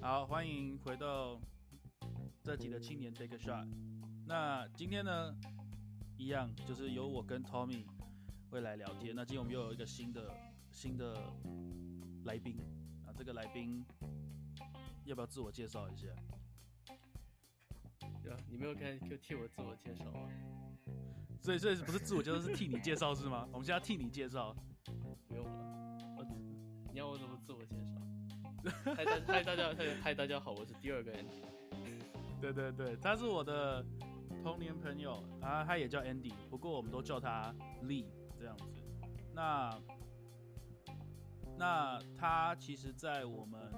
好，欢迎回到这集的青年 Take a Shot。那今天呢，一样就是由我跟 Tommy 会来聊天。那今天我们又有一个新的新的来宾啊，这个来宾要不要自我介绍一下？对吧？你没有看就替我自我介绍啊吗？所以，所以不是自我介绍，是替你介绍是吗？我们现在要替你介绍，不用了，我自你要我怎么自我介绍？ 嗨大嗨大家嗨嗨大家好，我是第二个 Andy。对对对，他是我的童年朋友，他他也叫 Andy，不过我们都叫他 Lee 这样子。那那他其实，在我们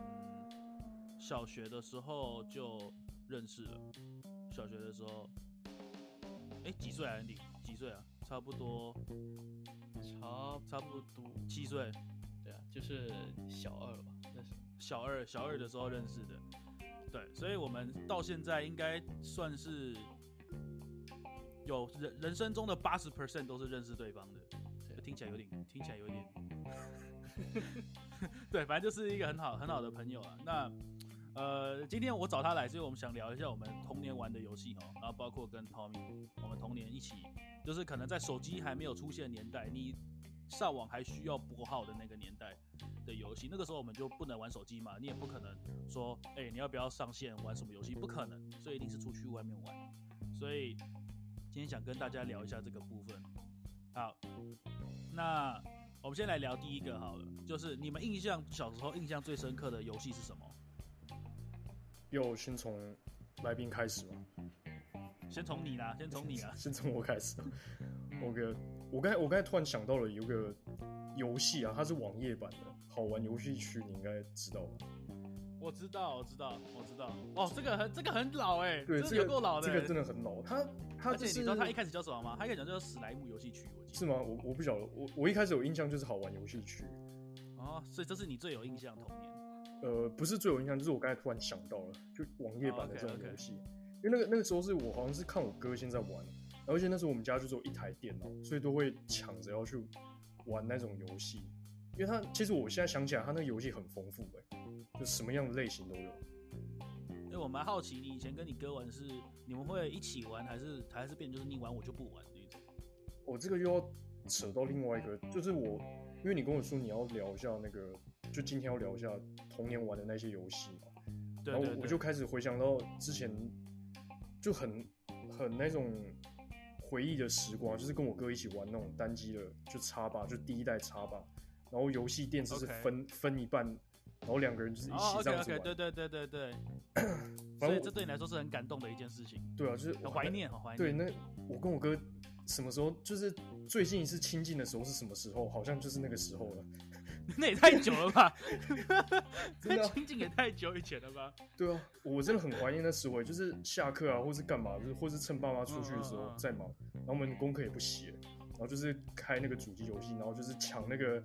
小学的时候就认识了。小学的时候，哎，几岁啊？Andy 几岁啊？差不多，差差不多七岁，对啊，就是小二吧，那是小二小二的时候认识的。对，所以我们到现在应该算是有人人生中的八十 percent 都是认识对方的。对听起来有点，听起来有点， 对，反正就是一个很好很好的朋友啊。那呃，今天我找他来，所以我们想聊一下我们童年玩的游戏哦，然后包括跟 Tommy 我们童年一起，就是可能在手机还没有出现的年代，你上网还需要拨号的那个年代的游戏，那个时候我们就不能玩手机嘛，你也不可能说，哎、你要不要上线玩什么游戏？不可能，所以一定是出去外面玩。所以今天想跟大家聊一下这个部分。好，那我们先来聊第一个好了，就是你们印象小时候印象最深刻的游戏是什么？要先从来宾开始吗？。先从你啦，先从你啊嗯啦 先从我开始。OK，我刚才我刚才突然想到了有个游戏啊，它是网页版的，好玩游戏区，你应该知道吧？ 我知道，我知道，我知道。哦，这个很这个很老哎、对，这个这个有够老的、这个真的很老。它它而就且是你知道他一开始叫什么吗？他一开始叫史莱姆游戏区，我记得。是吗？我我不晓得，我我一开始有印象就是好玩游戏区，哦，所以这是你最有印象的童年。呃，不是最有印象，就是我刚才突然想到了，就网页版的这种哦，OK，OK 游戏。因为那个那个时候是我好像是看我哥现在玩，而且那时候我们家就只有一台电脑，所以都会抢着要去玩那种游戏。因为它其实我现在想起来，它那个游戏很丰富哎、就什么样的类型都有。因为我蛮好奇，你以前跟你哥玩是你们会一起玩，还是还是变成就是你玩我就不玩那种？我、这个又要扯到另外一个，就是我，因为你跟我说你要聊一下那个，就今天要聊一下童年玩的那些游戏嘛。对对然后对，哦我我就开始回想到之前就很很那种回忆的时光，就是跟我哥一起玩那种单机的，就插吧，就第一代插吧。然后游戏店是 OK 分分一半，然后两个人就是一哦起这，OK 样 OK，子玩。对对对对 对，所反以正这对你来说是很感动的一件事情，我对啊，就是很怀。念，很怀对，念。那我跟我哥什么时候就是最近一次亲近的时候是什么时候？好像就是那个时候了。那也太久了吧？ 真的 这啊亲近也太久以前了吧？对啊，我真的很怀念那时候，就是下课啊，或是干嘛，就是或是趁爸妈出去的时嗯嗯候嗯在忙，然后我们功课也不写，然后就是开那个主机游戏，然后就是抢那个，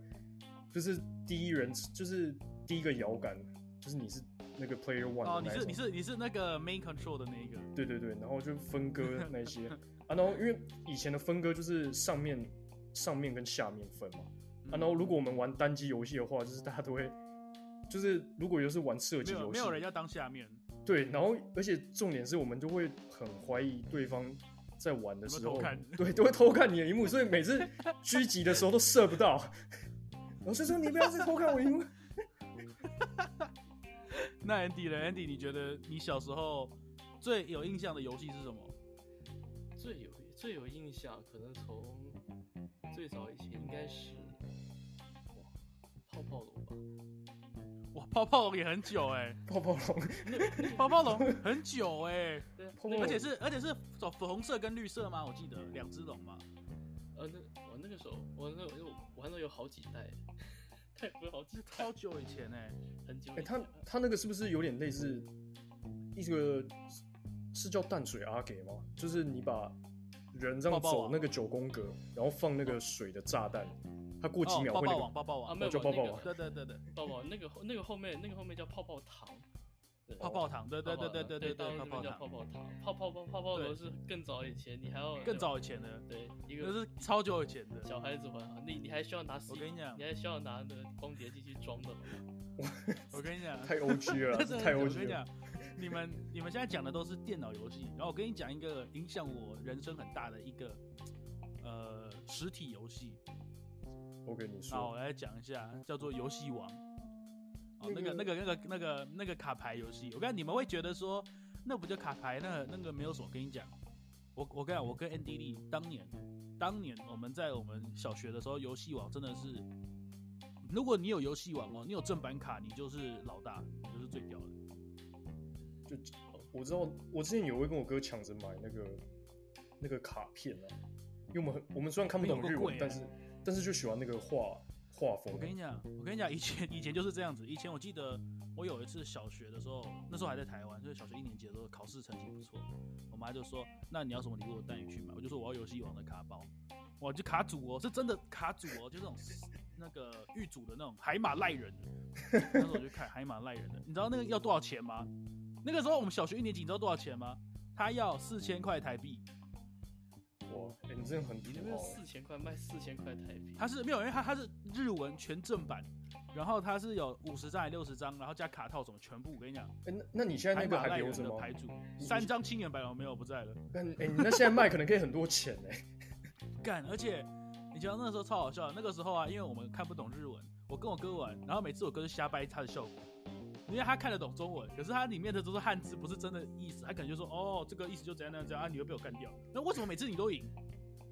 就是第一人，就是第一个摇杆，就是你是那个 player one 哦，的你那一是种你是你是那个 main control 的那一个，对对对，然后就 分割那些啊，然后因为以前的分割就是上面上面跟下面分嘛，嗯啊，然后如果我们玩单机游戏的话，就是大家都会。就是如果有是玩射没击游有戏，没有人要当下面，对，然后而且重点是我们就会很怀疑对方在玩的时有没有候偷看， 对，都会偷看你的荧幕，所以每次狙击的时候都射不到。老师说：“你不要再偷看我荧幕。那 Andy 呢？Andy，你觉得你小时候最有印象的游戏是什么？最有最有印象，可能从最早以前应该是哇泡泡龙吧，哇，泡泡龙也很久哎、”泡泡龙，泡泡龙很久哎、对啊，泡泡龙而且是而且是粉红色跟绿色吗？我记得两只龙嘛。呃那我那个时候我那我玩了有好几代， 太不是好几代，超久以前哎、很久以前哎、了。他他那个是不是有点类似一个是叫淡水阿给吗？就是你把人这样抱抱走网那个九宫格，然后放那个水的炸弹，它过几秒哦、会抱那抱个网，抱抱啊网。没有就没有抱那抱个网对对对对，抱抱，那个后那个后面那个后面叫泡泡糖，对泡泡糖，对对对对对对，对泡哦泡泡叫糖泡，泡糖，泡泡泡泡泡对楼是更早以前，你还要更早以前的，对一那个是超久以前的。小孩子玩啊，你你还需要拿 CD，我跟你讲你还需要拿那个光碟进去装的，我跟你讲， 太 O G 了啦，但是这太我 O 跟 G 你了讲。，你们你们现在讲的都是电脑游戏，然后我跟你讲一个影响我人生很大的一个呃实体游戏，我跟你那我说，来讲一下，叫做《游戏王》哦，嗯那那个个那个那个那个那个卡牌游戏，我看你们会觉得说那不就卡牌，那那个没有什么。跟你讲，我我跟你讲，我跟 ND 力当年当年我们在我们小学的时候，游戏王真的是，如果你有游戏王哦，你有正版卡，你就是老大，你就是最屌的。我知道，我之前有会跟我哥抢着买那个那个卡片啊，因为我们很我们虽然看不懂没有日够贵，啊文但是但是就喜欢那个画画我风啊。跟你讲，我跟你讲，以前以前就是这样子。以前我记得我有一次小学的时候，那时候还在台湾，就是小学一年级的时候，考试成绩不错，我妈就说：“那你要什么礼物，我带你去买。”我就说我要游戏王的卡包，哇，就卡组哦，是真的卡组哦，就那种那个玉组的那种海马赖人的。那时候我就看海马赖人的，你知道那个要多少钱吗？那个时候我们小学一年级，你知道多少钱吗？他要四千块台币，哇，哎、你真的很土你那边豪欸、四千块卖四千块台币，它是没有，因为它它是日文全正版，然后它是有五十张、六十张，然后加卡套什么，全部我跟你讲，哎、那那你现在那个海马还赖留人着的吗？牌组，三张青眼白龙没有不在了，但哎、你那现在卖可能可以很多钱哎、干！而且你知道那时候超好笑的，那个时候啊，因为我们看不懂日文，我跟我哥玩，然后每次我哥就瞎掰他的效果。因为他看得懂中文，可是他里面的都是汉字，不是真的意思。他可能就说：“哦，这个意思就怎样怎样怎样啊，你会被我干掉。”那为什么每次你都赢？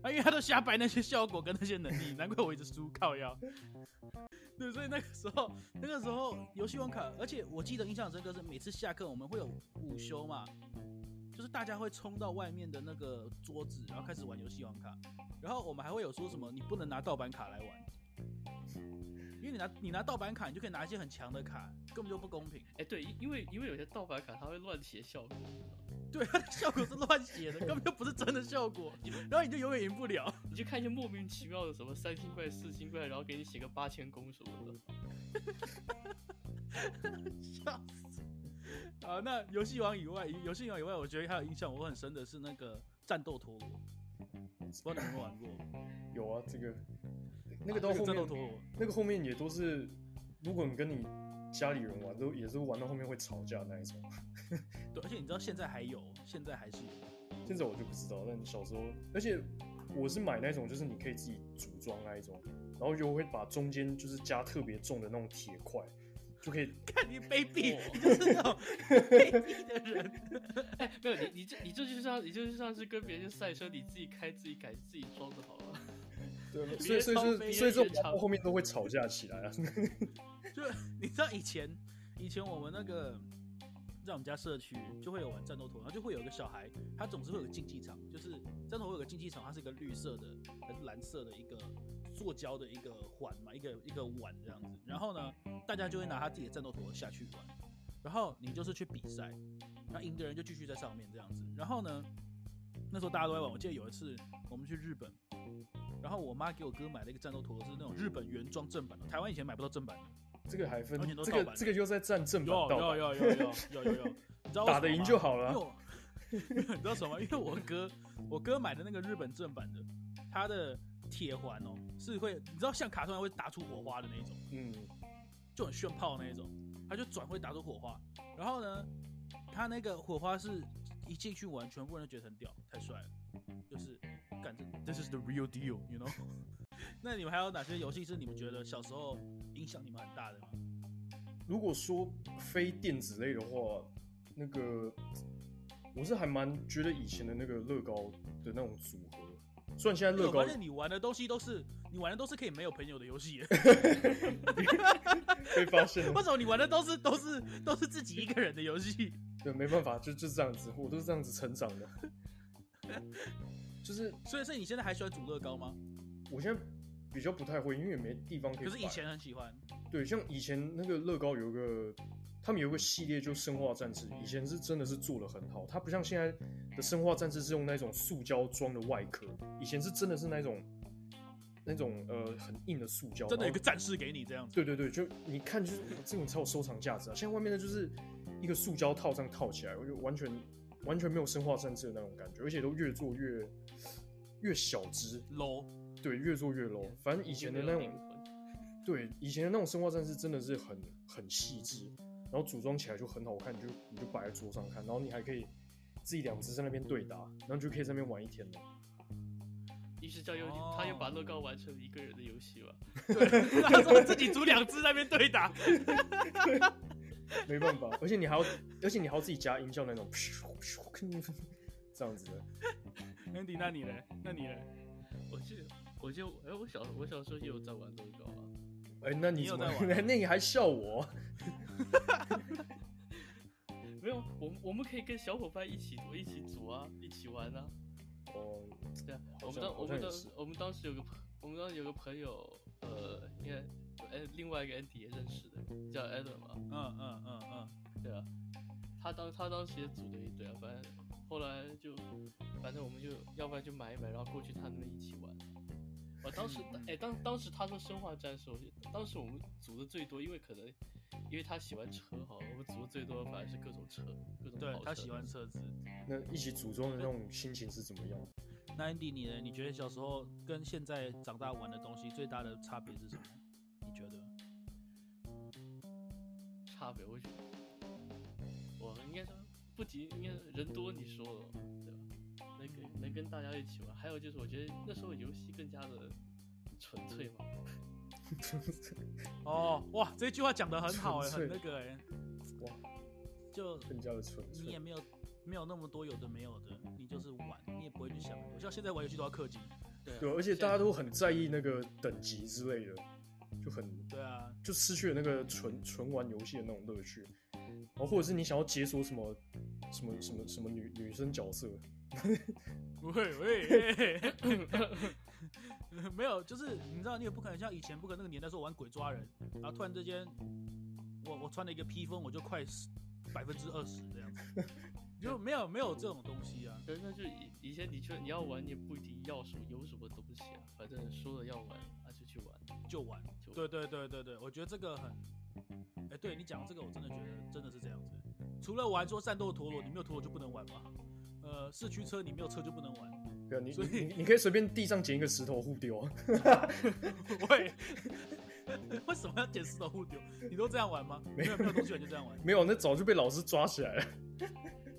啊，因为他都瞎掰那些效果跟那些能力，难怪我一直输，靠腰。对，所以那个时候，那个时候游戏王卡，而且我记得印象很深刻是每次下课我们会有午休嘛，就是大家会冲到外面的那个桌子，然后开始玩游戏王卡，然后我们还会有说什么你不能拿盗版卡来玩，因为你拿你拿盗版卡，你就可以拿一些很强的卡，根本就不公平。哎对，因因为因为有些盗版卡它会乱写效果，对，它的效果是乱写的，根本就不是真的效果，然后你就永远赢不了。你就看一些莫名其妙的什么三星块、四星块，然后给你写个八千攻什么的，笑死！啊，那游戏王以外，游戏王以外，我觉得还有印象我很深的是那个战斗陀螺，不知道你们有没有玩过？有啊，这个那个到啊后战面、斗陀螺，那个后面也都是，如果你跟你家里人玩，都也是玩到后面会吵架那一种。对，而且你知道现在还有，现在还是有，现在我就不知道，但小时候，而且我是买那种就是你可以自己组装那一种，然后就会把中间就是加特别重的那种铁块，就可以。看你卑鄙，哇你就是那种卑鄙的人。哎没有你你这你这就像你这就像是跟别人赛车，你自己开自己改自己装的好了。对，所别以所以就超是别所以说别吵玩到后面都会吵架起来啊。 就是 你知道以前以前我们那个在我们家社区就会有玩战斗陀螺，然后就会有一个小孩，他总是会有个竞技场，就是战斗陀螺有个竞技场，它是一个绿色的还是蓝色的一个塑胶的一个环嘛，一个一个碗这样子。然后呢，大家就会拿他自己的战斗陀螺下去玩，然后你就是去比赛，那赢的人就继续在上面这样子。然后呢，那时候大家都在玩，我记得有一次我们去日本。然后我妈给我哥买了一个战斗陀螺，是那种日本原装正版的，台湾以前买不到正版的。这个还分而且都，这盗个版这个又在占正版有啊盗有版，有有有有有有，你知道为什么吗打得赢就好了啊因为我 你知道什么吗？因为我哥，我哥买的那个日本正版的，它的铁环哦是会，你知道像卡通一样会打出火花的那一种，嗯，就很炫炮那一种，它就转会打出火花。然后呢，它那个火花是一进去玩，全部人都觉得很屌，太帅了，就是干这 this is the real deal，you know 。 那你们还有哪些游戏是你们觉得小时候影响你们很大的吗？如果说非电子类的话，那个我是还蛮觉得以前的那个乐高的那种组合，虽然现在因为乐我高发现你玩的东西都是你玩的都是可以没有朋友的游戏 耶，被 发现了为，什么你玩的都是都是都是自己一个人的游戏？对，没办法，就就这样子，我都是这样子成长 的。就是所以是你现在还喜欢组乐高吗？我现在比较不太会，因为也没地方可以可摆。是以前很喜欢，对，像以前那个乐高有一个，他们有一个系列就生化战士，以前是真的是做的很好，它不像现在的生化战士是用那种塑胶装的外壳，以前是真的是那种那种呃很硬的塑胶，真的有然一后个战士给你这样子。对对对，就你看就是这种才有收藏价值啊。现在外面的就是一个塑胶套上套起来，我就完全完全没有生化战士的那种感觉，而且都越做越越小只， low，对，越做越 low。反正以前的那种对，以前的那种生化战士真的是很很细致，然后组装起来就很好看，你就你就摆在桌上看，然后你还可以自己两只在那边对打，然后你就可以在那边玩一天了。一是叫游戏，哦他又把乐高玩成一个人的游戏了。对，那时候自己组两只在那边对打， 没办法，而且你还要，而且你还要自己加音效那种， 这样子的。 Andy，那你嘞？那你嘞？我记得，我记得，哎，我小我小时候也有在玩乐高啊。哎、那你你有怎么在？玩 那你还笑我？没有，我们我们可以跟小伙伴一起一起组啊，一起玩啊。哦，对啊，好我们像当好我像们也当是我们当时有个朋，我们当时有个朋友，呃，应该，哎，另外一个 Andy 也认识的，叫 Adam 嘛。嗯嗯嗯嗯，对啊，他当他当时也组了一队啊，反正后来就，反正我们就要不然就买一买，然后过去他那边一起玩。我当时嗯嗯哎，当当时他说生化战士，我就当时我们组的最多，因为可能因为他喜欢车哈，我们组的最多反而是各种车，各种对跑他车喜欢车子。那一起组装的那种心情是怎么样？ 那 Andy，你呢？你觉得小时候跟现在长大玩的东西最大的差别是什么？你觉得？差别，我觉得我应该说不仅应该人多，你说了，对吧？能跟能跟大家一起玩，还有就是我觉得那时候游戏更加的纯粹嘛。嗯哦，哇，这句话讲的很好哎、纯粹很那个哎、哇，就更加的纯你也粹。没有没有那么多有的没有的，你就是玩，你也不会去想很多。像现在玩游戏都要氪金，对啊对，而且现在大家都很在意那个等级之类的，就很对啊，就失去了那个纯纯玩游戏的那种乐趣。然后或者是你想要解锁什么什么什么什么女女生角色，喂喂，嘿嘿 嘿 没有，就是你知道，你也不可能像以前不可能那个年代说玩鬼抓人，然后突然之间，我我穿了一个披风，我就快百分之二十这样子，就没有没有这种东西啊。对，那就以以前你确你要玩，你也不一定要什么有什么东西啊，反正说了要玩，那就去玩。就玩。就对对对对对，我觉得这个很，哎、对你讲到这个，我真的觉得真的是这样子。除了玩说战斗陀螺，你没有陀螺就不能玩嘛。呃，四驱车你没有车就不能玩。对啊，你所以你你你可以随便地上捡一个石头互丢啊。 喂， 为什么要捡石头 互丢？你都这样玩吗？没有没有东西玩就这样玩。没有，那早就被老师抓起来了。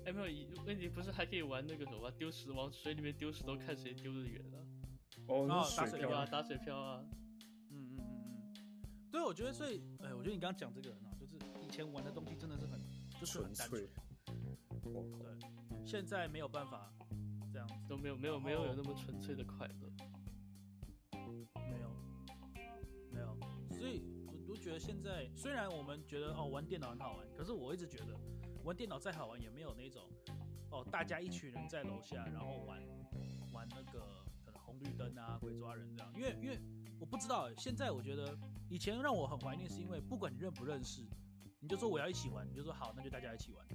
哎，没有，以问题不是还可以玩那个什么丢石往水里面丢石头，看谁丢得远啊？哦，那哦是打水水对漂漂吧？啊，打水漂啊，嗯嗯嗯嗯，对，我觉得所以，哎、我觉得你刚刚讲这个很好，就是以前玩的东西真的是很就是很纯单纯粹，。我靠，对，现在没有办法这样子。都没有没有没有有那么纯粹的快乐。没有，没有，所以我都觉得现在虽然我们觉得哦玩电脑很好玩，可是我一直觉得玩电脑再好玩也没有那种哦大家一群人在楼下然后玩玩那个可能红绿灯啊鬼抓人这样，因为因为我不知道欸现在我觉得以前让我很怀念是因为不管你认不认识，你就说我要一起玩，你就说好那就大家一起玩，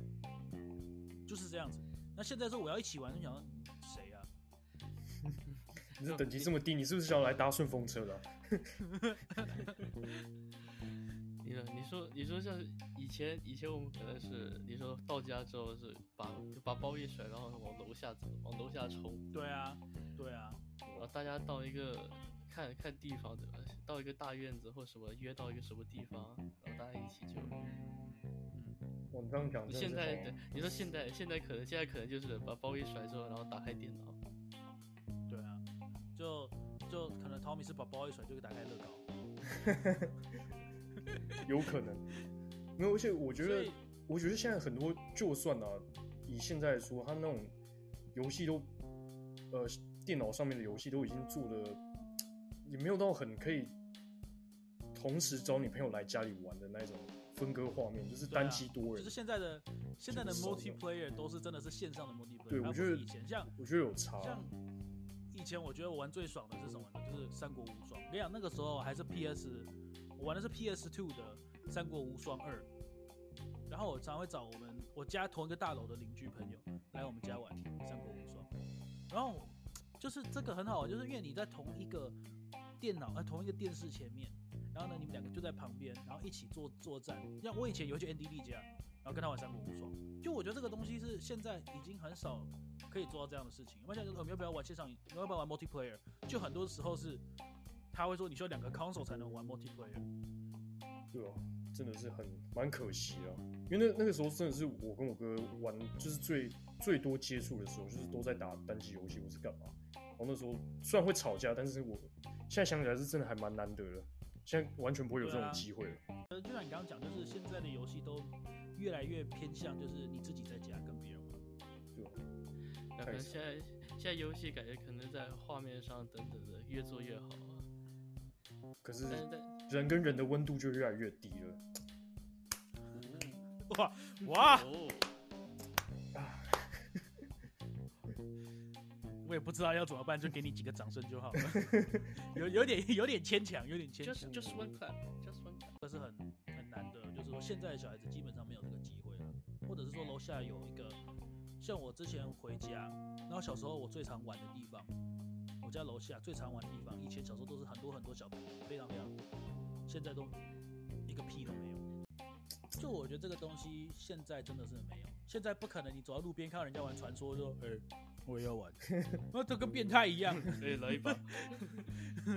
就是这样子。那现在说我要一起玩，就想说嗯谁啊？嗯你这等级这么低，你是不是想要来搭顺风车的啊、你呢？你说你说像以前以前我们可能是你说到家之后是把就把包一甩，然后往楼下走，往楼下冲，对啊，对啊，然后大家到一个看看地方对吧？到一个大院子或什么约到一个什么地方，然后大家一起就。嗯。我们这样讲，现在对你说现在现在可能现在可能就是把包一甩之后，然后打开电脑，对啊，就就可能 Tommy 是把包一甩就给打开乐高， 有可能没有，而且我觉所得以，我觉得现在很多，就算啊，以现在来说，他那种游戏都，呃，电脑上面的游戏都已经做的，也没有到很可以同时找你朋友来家里玩的那种分割画面，就是对啊单机多就人是，现在的现在的就是少的 multiplayer 都是真的是线上的 multiplayer，对它我不觉是得以前像我觉得有差。像以前我觉得我玩最爽的是什么呢？就是三国无双。我跟你讲，那个时候还是 PS，我玩的是 PS Two 的《三国无双二》，然后我常会找我们我家同一个大楼的邻居朋友来我们家玩《三国无双》，然后就是这个很好玩，就是因为你在同一个电脑呃同一个电视前面，然后呢你们两个就在旁边，然后一起做作战。像我以前有去 NDD 家，然后跟他玩三国无双。就我觉得这个东西是现在已经很少可以做到这样的事情。我想就是我们要不要玩线上，我们要不要玩 multiplayer？就很多时候是他会说你需要两个 console 才能玩 multiplayer。对啊，真的是很蛮可惜啊，因为那那个时候真的是我跟我哥玩，就是最最多接触的时候，就是都在打单机游戏或是干嘛。然后那时候虽然会吵架，但是我现在想起来是真的还蛮难得的，现在完全不会有这对种啊机会了。呃，就像你刚刚讲，就是现在的游戏都越来越偏向就是你自己在家跟别人玩。对啊，那可能现在现在游戏感觉可能在画面上等等的越做越好啊，可是但是在人跟人的温度就越来越低了。哇哇，哦，我也不知道要怎么办，就给你几个掌声就好了。 有有点有点牵强，有点牵强。 just just one clap，just one clap。这是很很难得，就是说现在的小孩子基本上没有这个机会了，或者是说楼下有一个，像我之前回家，然后小时候我最常玩的地方，我家楼下最常玩的地方，以前小时候都是很多很多小朋友，非常非常多，现在都一个屁都没有。就我觉得这个东西现在真的是没有，现在不可能你走到路边看到人家玩传说就，哎、我也要 玩，那都跟变态一样。可以来一把。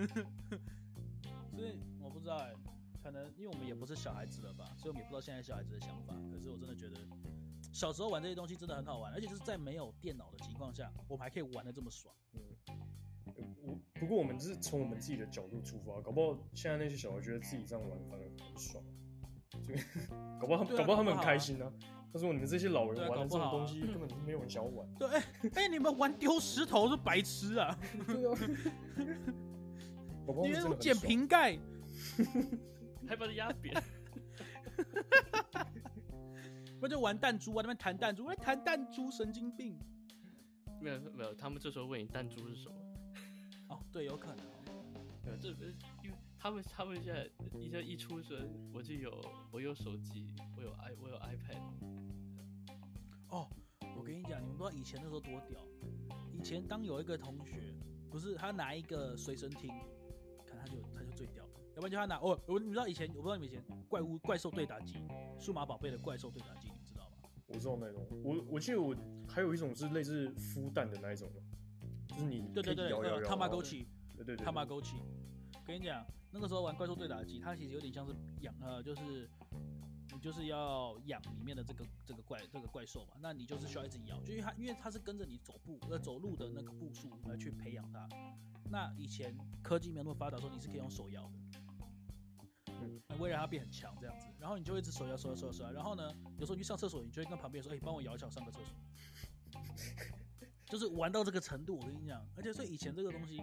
所以我不知道、欸，可能因为我们也不是小孩子了吧，所以我们也不知道现在小孩子的想法。可是我真的觉得，小时候玩这些东西真的很好玩，而且就是在没有电脑的情况下，我们还可以玩的这么爽。嗯呃我不过我们是从我们自己的角度出发，搞不好现在那些小孩觉得自己这样玩反而很爽，所以搞不好、对啊搞不搞好他们不好啊很开心呢、他说你们这些老对人啊玩的搞这不好种啊东西，根本就没有人想要玩。对，哎、哎你们玩丢石头是白痴啊！对啊，搞不好你们他们真的用很捡爽。瓶盖，还把它压扁。 不就玩弹珠啊？那边弹弹珠，我在弹弹珠，神经病！没有没有，他们这时候问你弹珠是什么？哦，对，有可能哦、对，这因为他们他们现在一下一出生，我就有我有手机，我有 i 我有 iPad，哦，我跟你讲，你们不知道以前那时候多屌。以前当有一个同学，不是他拿一个随身听，看他就他就最屌，要不然就他拿哦，我你知道以前我不知道你们以前怪物怪兽对打机，数码宝贝的怪兽对打机，你们知道吗？我知道那种，我我记得我还有一种是类似孵蛋的那一种，就是你对对可以对，摇摇呃，摇，他妈枸然后杞，对对对，他妈枸杞。跟你讲，那个时候玩怪兽对打机，它其实有点像是养呃，就是你就是要养里面的这个这个怪这个怪兽嘛，那你就是需要一直摇，就因为它因为它是跟着你走步呃走路的那个步数来去培养它。那以前科技没有那么发达的时候，你是可以用手摇的。嗯那为了让它变很强这样子，然后你就会一直手摇手摇手摇手摇，然后呢，有时候你去上厕所，你就会跟旁边说：“哎、帮我摇一下，我上个厕所。”就是玩到这个程度，我跟你讲，而且所以以前这个东西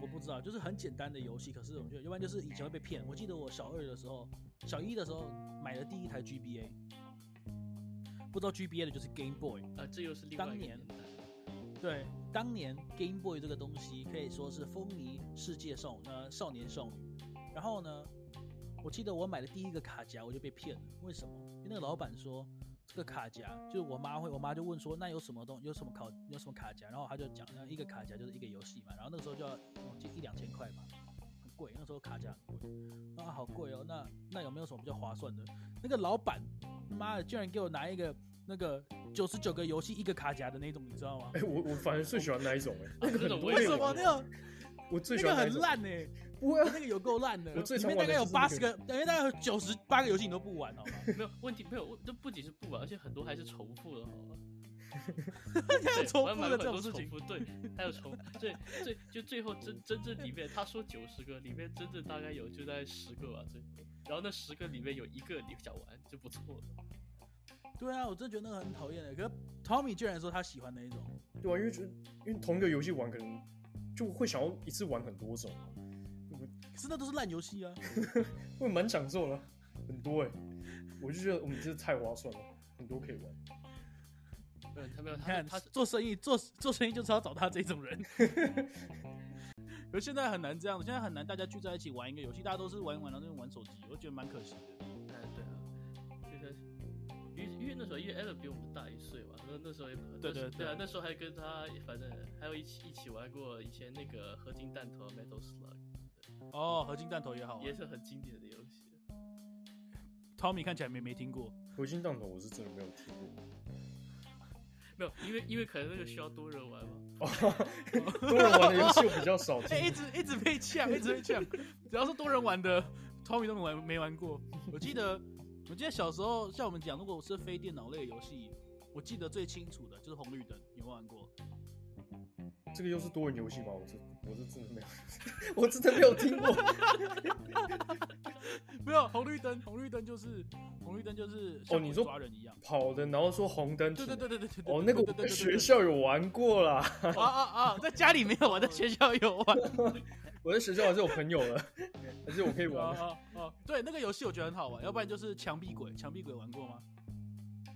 我不知道，就是很简单的游戏，可是我们就要不然就是以前会被骗。我记得我小二的时候，小一的时候买了第一台 GBA，不知道 GBA 的就是 Game Boy。啊，这又是另外当一个年年代。对，当年 Game Boy 这个东西可以说是风靡世界少呃少年少女。然后呢，我记得我买的第一个卡夹我就被骗了，为什么？因为那个老板说这个卡夹就是我妈会，我妈就问说那有什么东有什么卡有什么卡夹，然后他就讲那一个卡夹就是一个游戏嘛，然后那个时候就要我记得一两千块吧，很贵，那时候卡夹很贵，啊好贵哦，那那有没有什么比较划算的？那个老板妈的居然给我拿一个。那个九十九个游戏一个卡夹的那种，你知道吗？哎、我我反而最喜欢那一种哎、 啊这种我为也什有么玩那个我最那喜个欢很种，烂呢、不会、我啊，那个有够烂的，我最里常面玩大概的有就是八那十个，个里面大概有九十八个游戏你都不玩，好吗？ 没有问题，没有问，这不仅是不玩，而且很多还是重复的，好 吧？还有对，重我还复买的了这种很多事重情，复，对，还有重，对，最就最后真真正里面他说九十个，里面真正大概有就在十个吧，最后，然后那十个里面有一个你想玩就不错了。对啊，我真的觉得那个很讨厌的。可是 Tommy 居然说他喜欢那一种，对啊，因为就因为同一个游戏玩，可能就会想要一次玩很多种，啊可是那都是烂游戏啊。会蛮享受的，啊很多哎、我就觉得我嗯们这太划算了，很多可以玩。没有，他没有，你他看他做生意做做生意就是要找他这种 人。可是现在很难这样，现在很难大家聚在一起玩一个游戏，大家都是玩一玩，然后在那边玩手机，我觉得蛮可惜的。哎，对啊，就是因为因为那时候因为 Allen 比我们大一岁嘛，那那时候也对对那时候对对啊，那时候还跟他反正还有一起一起玩过以前那个合金弹头 Metal Slug，啊哦，合金弹头也好玩也是很经典的游戏。 Tommy 看起来没没听过。合金弹头我是真的没有听过。没有，因为因为可能那个需要多人玩嘛。多人玩的游戏我比较少 哎、一听，直一直被呛，一直被呛。只要是多人玩的，Tommy 都没玩没玩过。我记得，我记得小时候，像我们讲，如果是非电脑类的游戏，我记得最清楚的就是红绿灯，有没有玩过？ 这个又是多人游戏吗？我是我是真的没有， 我真的没有听过。没有，红绿灯，红绿灯就是红绿灯就是像哦你说抓人一样。跑的，然后说红灯对停。对对对对对对。哦，那个对我对对在对学校有玩过啦，啊啊啊！在家里没有，我在学校有 玩。我在学校还是有朋友了，还是我可以哦 玩。哦哦，对，那个游戏我觉得很好玩。要不然就是墙壁鬼，墙壁鬼玩过吗？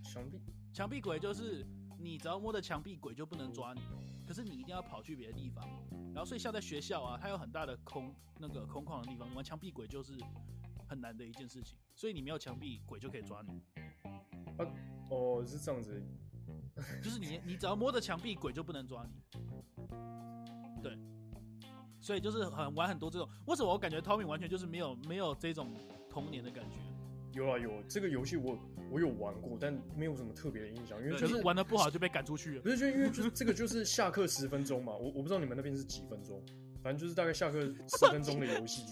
墙壁墙壁鬼就是你只要摸着墙壁鬼就不能抓你，哦可是你一定要跑去别的地方。然后所以像在学校啊，它有很大的空那个空旷的地方，玩墙壁鬼就是很难的一件事情。所以你没有墙壁鬼就可以抓你，哦是这样子，就是你你只要摸着墙壁鬼就不能抓你。对，所以就是很玩很多这种。为什么我感觉 Tommy 完全就是没有没有这种童年的感觉？有啊有这个游戏我我有玩过，但没有什么特别的印象，因为对就其是实玩的不好就被赶出去了。不是就因为就是这个就是下课十分钟嘛，我我不知道你们那边是几分钟，反正就是大概下课十分钟的 游戏，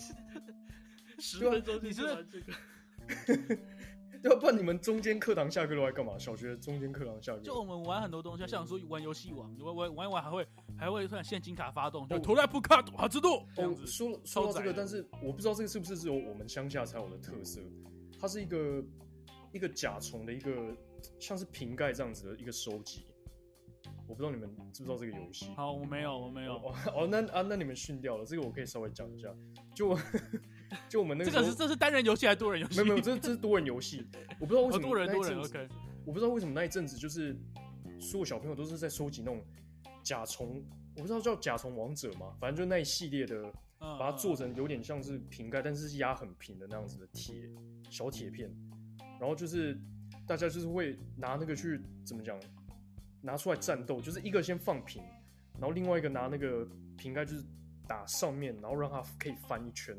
十对啊分钟就你去是玩这个， 对啊，不然你们中间课堂下课都在干嘛？小学中间课堂下课，哦就我们玩很多东西，像说玩游戏王，玩玩玩一玩还会还会突然现金卡发动，就哦投来不卡好制度这样哦，子。说了说到这超窄的个，但是我不知道这个是不是只有我们乡下才有的特色。它是一个一个甲虫的一个像是瓶盖这样子的一个收集，我不知道你们知不知道这个游戏。好，我没有，我没有。哦哦，那啊那你们训掉了，这个我可以稍微讲一下。就我 就我们那这时候个是这是单人游戏还是多人游戏？没有没 有，这这是多人游戏，我不知道为哦什么多人那一多人阵子，OK。我不知道为什么那一阵子就是所有小朋友都是在收集那种甲虫，我不知道叫甲虫王者嘛，反正就那一系列的嗯把它做嗯成有点像是瓶盖，但是是压很平的那样子的铁小铁片，然后就是大家就是会拿那个去怎么讲，拿出来战斗，就是一个先放平，然后另外一个拿那个瓶盖就是打上面，然后让它可以翻一圈，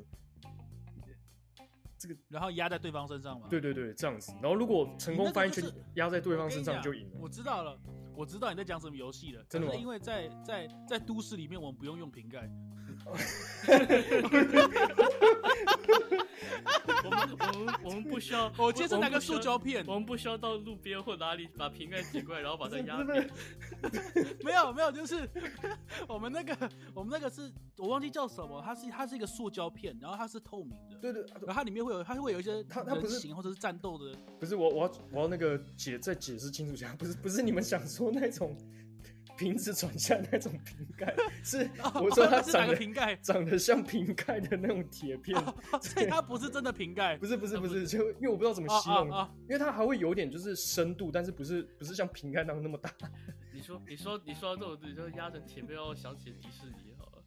然后压在对方身上嘛。对对对，这样子，然后如果成功翻一圈你那个压在对我方跟身你上讲，就赢了，我知道了，我知道你在讲什么游戏了。真的可是吗因为在在在都市里面，我们不用用瓶盖。我们我们我们不需要，我接着我拿们个不需塑要胶片，我们不需要到路边或哪里把瓶盖挤过来，然后把它不是压不 是扁。没有没有，就是我们那个我们那个是我忘记叫什么，它是它是一个塑胶片，然后它是透明的。对啊对，然后它里面会有，它会有一些它它不人是形或者是战斗的，不是我我要我要那个解再解释清楚一下，不是不是你们想说那种瓶子转向那种瓶盖，是 我说它哦是哪长个得？瓶哦盖 长得像瓶盖的那种铁片，所以它不是真的瓶盖。不是不是不是，就因为我不知道怎么形容，啊！因为它还会有点就是深度，但是不是不是像瓶盖那样那么大，你说你说你说到这种，你说压成铁片，让我想起迪士尼好了，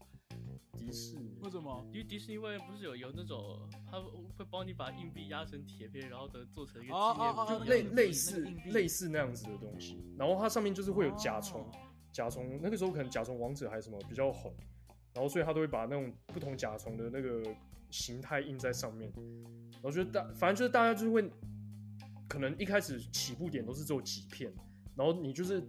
迪士尼为什么？因为迪士尼外面不是有有那种，他会帮你把硬币压成铁片，然后等做成一个哦纪念哦哦品那个硬币类类似那个硬币类似那样子的东西，然后它上面就是会有甲虫哦，甲虫那个时候可能甲虫王者还是什么比较红，然后所以他都会把那种不同甲虫的那个形态印在上面，然后就大反正就是大家就是会，可能一开始起步点都是只有几片，然后你就是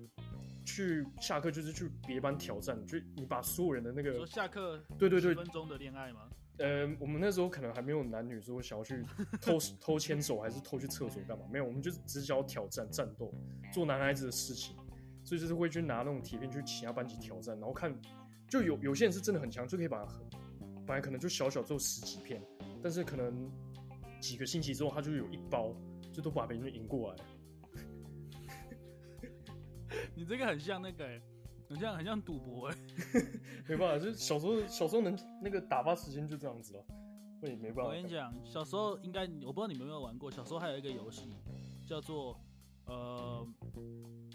去下课就是去别班挑战，就你把所有人的那说个下课对对10对分钟的恋爱吗？呃，我们那时候可能还没有男女说想要去 偷偷牵手，还是偷去厕所干嘛？没有，我们就是只想要挑战战斗，做男孩子的事情，所以就是会去拿那种铁片去其他班级挑战，然后看，就有有些人是真的很强，就可以把本来可能就小小只有十几片，但是可能几个星期之后，他就有一包，就都把别人赢过来。你这个很像那个、欸，很像很像赌博、欸，没办法，就是小时候小时候能那个打发时间就这样子了，那也没办法。我跟你讲，小时候应该你我不知道你们有没有玩过，小时候还有一个游戏叫做呃，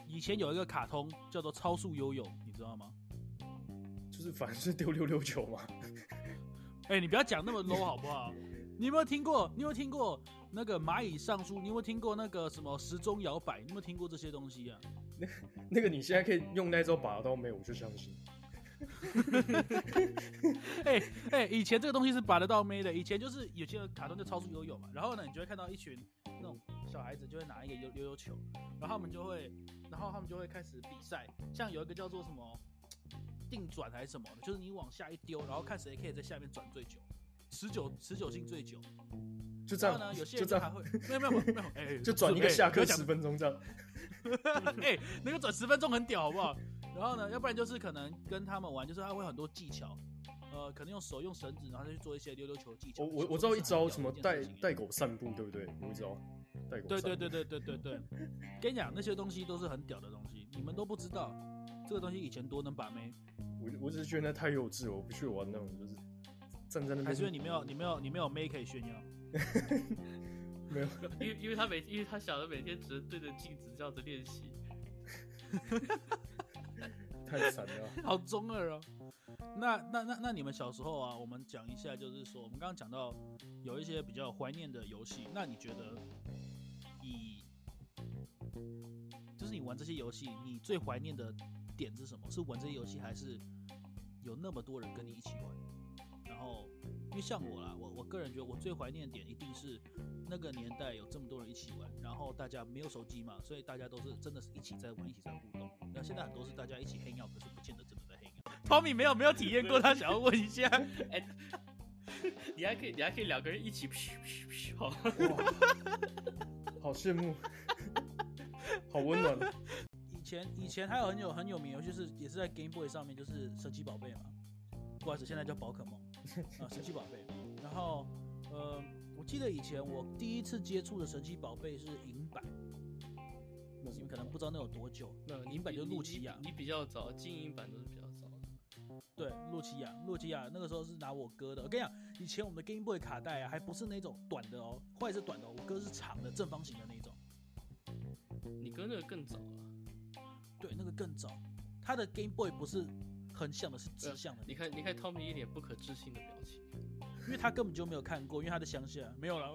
以前有一个卡通叫做《超速悠悠》，你知道吗？就是反正是丢六六九嘛。哎、你不要讲那么 low 好不好？你有没有听过？你有没有听过那个蚂蚁上树？你有没有听过那个什么时钟摇摆？你有没有听过这些东西啊？那个你现在可以用那招把刀没有，我就相信。哎哎，以前这个东西是把得到妹的，以前就是有些卡通就超速悠悠嘛，然后呢，你就会看到一群那种小孩子就会拿一个悠悠悠球，然后他们就会，然后他们就会开始比赛，像有一个叫做什么定转还是什么的，就是你往下一丢，然后看谁可以在下面转最久，持久持久性最久。就这然后呢，样，有些就人这就还样，会没有没有没有没有，哎、 就转一个哎下不课要讲十分钟这样。 哎、那个转十分钟很屌，好不好？然后呢，要不然就是可能跟他们玩，就是他会很多技巧，呃，可能用手用绳子，然后再去做一些溜溜球技巧。我我这我知道是很一屌招的什么件带事情带狗散步，对不对？我一招带狗对散对步。对对对对对，跟你讲那些东西都是很屌的东西，你们都不知道，这个东西以前多能把妹，我我只是觉得那太幼稚了，我不去玩那种就是站在那还边是因为你没有你没有你没有妹可以炫耀。没有。因为因为他每因为他小的每天只能对着镜子这样子练习，太惨 了。好中二哦。那那那那你们小时候啊，我们讲一下，就是说我们刚刚讲到有一些比较怀念的游戏，那你觉得以就是你玩这些游戏，你最怀念的点是什么？是玩这些游戏，还是有那么多人跟你一起玩？然后，因为像我啦，我我个人觉得我最怀念的点一定是那个年代有这么多人一起玩，然后大家没有手机嘛，所以大家都是真的是一起在玩，一起在互动。那现在很多是大家一起 hang out，可是不见得真的在 hang out。Tommy 没有没有体验过，他想要问一下，哎，你还可以你还可以两个人一起 噗噗噗，好，哇，好羡慕，好温暖。以前以前还有很有很有名的游戏是也是在 Game Boy 上面，就是神奇宝贝嘛，不好意思，现在叫宝可 梦啊，神奇宝贝。然后呃，我记得以前我第一次接触的神奇宝贝是银版，那你是们可能不知道那有多久，没有银版就是露琪亚你，你比较早，精英版都是比较早的。对，诺基亚，诺基亚那个时候是拿我哥的。我跟你讲，以前我们的 Game Boy 卡带啊，还不是那种短的哦，后来是短的、哦，我哥是长的正方形的那种。你哥那个更早啊！对，那个更早，他的 Game Boy 不是横向的，是直向的那啊你种，看，你看 Tommy 一脸不可置信的表情。因为他根本就没有看过，因为他在乡下，没有了。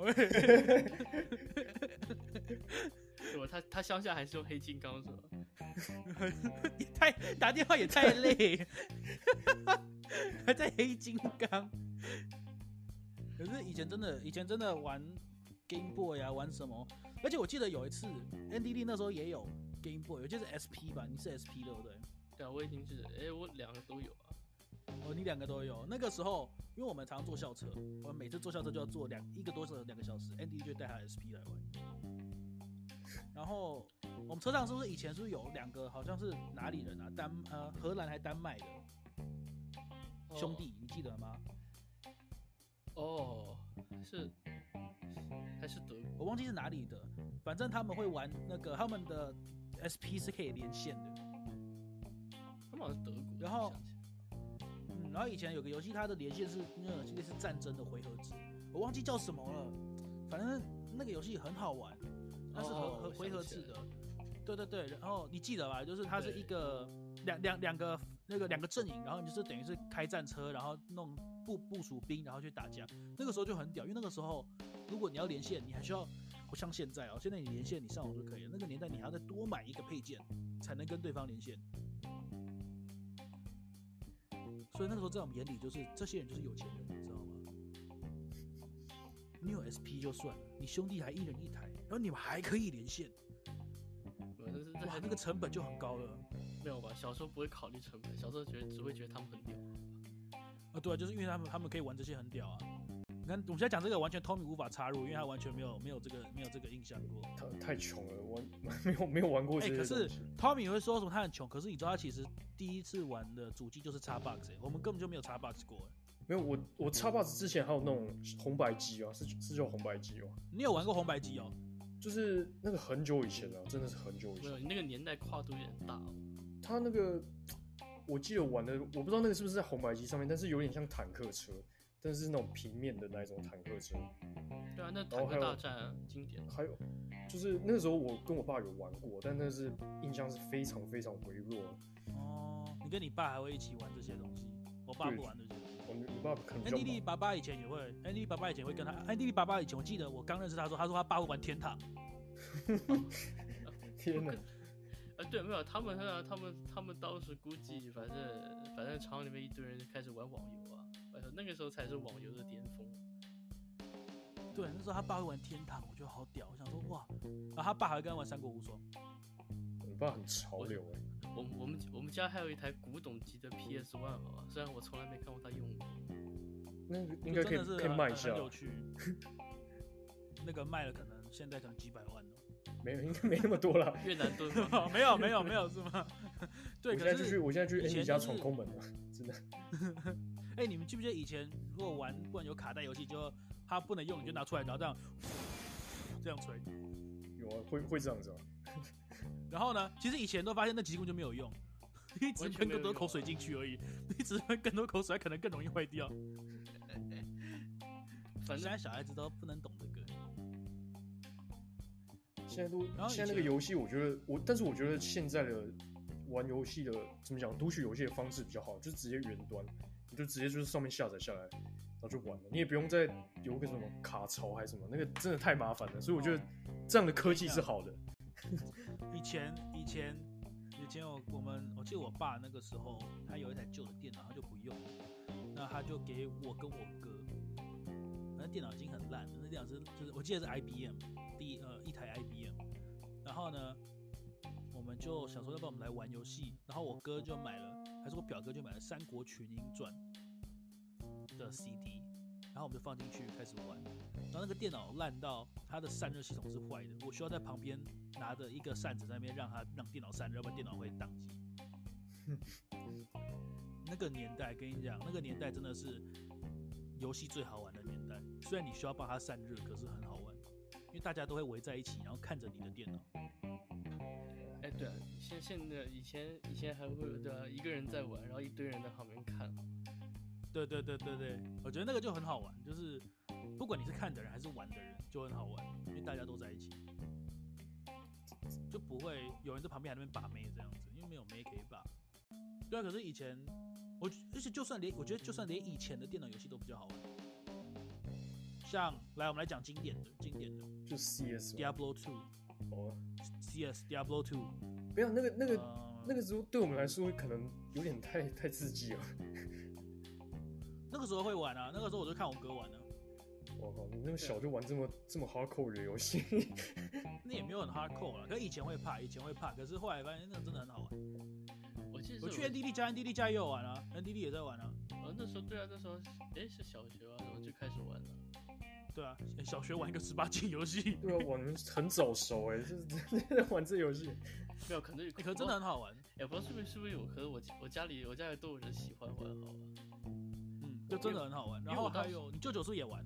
对吧？他他乡下还是用黑金刚是吧？也太打电话也太累， 还在黑金刚。可是以前真的，以前真的玩 Game Boy 啊，玩什么？而且我记得有一次 NDD 那时候也有 Game Boy，我记得是 SP 吧，你是 SP 对不对？对啊，我已经是，哎，我两个都有啊。哦，你两个都有。那个时候，因为我们常坐校车，我们每次坐校车就要坐两一个多小时、两个小时。Andy 就带他的 SP 来玩。然后我们车上是不是以前是不是有两个好像是哪里人啊？丹呃荷兰还丹麦的哦兄弟，你记得吗？哦，是还是德国？我忘记是哪里的，反正他们会玩那个他们的 SP 是可以连线的。他们好像是德国。然后我想起来嗯，然后以前有个游戏，它的连线是那个类似战争的回合制，我忘记叫什么了，反正那个游戏很好玩，它是哦合我合想回合起制来的，对对对，然后你记得吧？就是它是对一个两两两个那个两个阵营，然后你就是等于是开战车，然后弄部部署兵，然后去打架。那个时候就很屌，因为那个时候如果你要连线，你还需要不像现在哦，现在你连线你上网就可以了，那个年代你还要再多买一个配件才能跟对方连线。所以那个时候在我们眼里，就是这些人就是有钱人，你知道吗？你有 SP 就算了，你兄弟还一人一台，然后你们还可以连线，没有但是这哇还，那个成本就很高了。没有吧？小时候不会考虑成本，小时候觉得只会觉得他们很屌。啊，对啊，就是因为他们他们可以玩这些很屌啊。你看我们现在讲这个完全 Tommy 无法插入，因为他完全没有没有这个没有这个印象过。他太穷了，玩 没有没有玩过哎、这些可东西。是 Tommy 会说什么他很穷，可是你知道他其实第一次玩的主机就是 Xbox，、欸、我们根本就没有 Xbox 过、欸。没有我我插把子之前还有那种红白机啊，是是叫红白机哦，你有玩过红白机哦？就是那个很久以前啊，真的是很久以没前有，。你那个年代跨度有点大哦。他那个我记得玩的，我不知道那个是不是在红白机上面，但是有点像坦克车，但是是那种平面的那一种坦克车。对啊，那后哦坦还克有大战啊，经典。还有就是那个时候我跟我爸有玩过，但那是印象是非常非常微弱的。哦，你跟你爸还会一起玩这些东西？我爸对不玩这些。我哦你爸可能比较 NDD 忙爸爸以前也会，NDD 爸爸以前会跟他，NDD 爸爸以前我记得我刚认识他的时候，他说他爸会玩天堂，天哪，而呃，对，没有，他们啊，他们他们当时估计，反正反正厂里面一堆人开始玩网游啊，哎呦，那个时候才是网游的巅峰。对，那时候他爸会玩天堂，我觉得好屌，我想说哇，然后他爸还会跟他玩三国无双，我爸很潮流哎、我们我们我们家还有一台古董级的 PS One 啊，虽然我从来没看过他用过。那个应就该可以真的是可以很卖一很下啊很，有趣。那个卖了，可能现在可能几百万没有应该没那么多啦。越南盾 哦。没有没有没有是吗？对，我可现在就是去我现在去以 Andy 前家就是闯空门了，真的。哎、你们记不记得以前如果玩不然有卡带游戏，就它不能用，你就拿出来，然后这样这样吹。有啊，会会这样子啊。然后呢，其实以前都发现那几乎就没有用，你只完全喷没更有多用口水啊进去而已，你只喷更多口水，可能更容易坏掉。反现正在小孩子都不能懂这个。现在都然后以现在那个前游戏，我觉得我，但是我觉得现在的玩游戏的怎么讲，读取游戏的方式比较好，就是直接云端，你就直接就是上面下载下来，然后就玩了，你也不用再有个什么卡槽还是什么，那个真的太麻烦了。所以我觉得这样的科技是好的。以前以前以前我我们我记得我爸那个时候，他有一台旧的电脑，他就不用了，那他就给我跟我哥，那电脑已经很烂了，那电脑是就是我记得是 IBM 第一呃一台 IBM，然后呢，我们就想说要不然我们来玩游戏，然后我哥就买了，还是我表哥就买了《三国群英传》的 CD，然后我们就放进去开始玩。然后那个电脑烂到它的散热系统是坏的，我需要在旁边拿着一个扇子在那边让它让电脑散热，要不然电脑会宕机。那个年代跟你讲，那个年代真的是游戏最好玩的年代。虽然你需要帮它散热，可是很好玩，因为大家都会围在一起，然后看着你的电脑。哎，对啊，现现在以前以前还会有对啊，一个人在玩，然后一堆人在旁边看。对对对对对，我觉得那个就很好玩，就是不管你是看的人还是玩的人，就很好玩，因为大家都在一起，就不会有人在旁边还在那边把妹这样子，因为没有妹可以把。对啊，可是以前我而且就算连我觉得就算连以前的电脑游戏都比较好玩，像来我们来讲经典的经典的就 CS 嘛 Diablo Two、哦， CS Diablo Two，不要那个那个、呃那个时候对我们来说可能有点太太刺激了。那个时候会玩啊，那个时候我就看我哥玩的、我靠，哦你那么小就玩这么这么 hardcore 的游戏， 那也没有很 hardcore 啊了，可是以前会怕，以前会怕，可是后来发现那个真的很好玩。我记得是我去 NDD 家，NDD 家也有玩啊，NDD 也在玩啊。哦，那时候对啊，那时候哎是小学啊，我就开始玩了。对啊，小学玩一个十八禁游 戏，对啊，玩得很早熟哎、就是 真的玩这游戏。没有，可能有欸可真的很好玩。也不知道是不是是不是有，可是我我家里我家里都有人喜欢玩，好吧？嗯，就真的很好玩。因为然后我当还有你舅舅是不是也玩？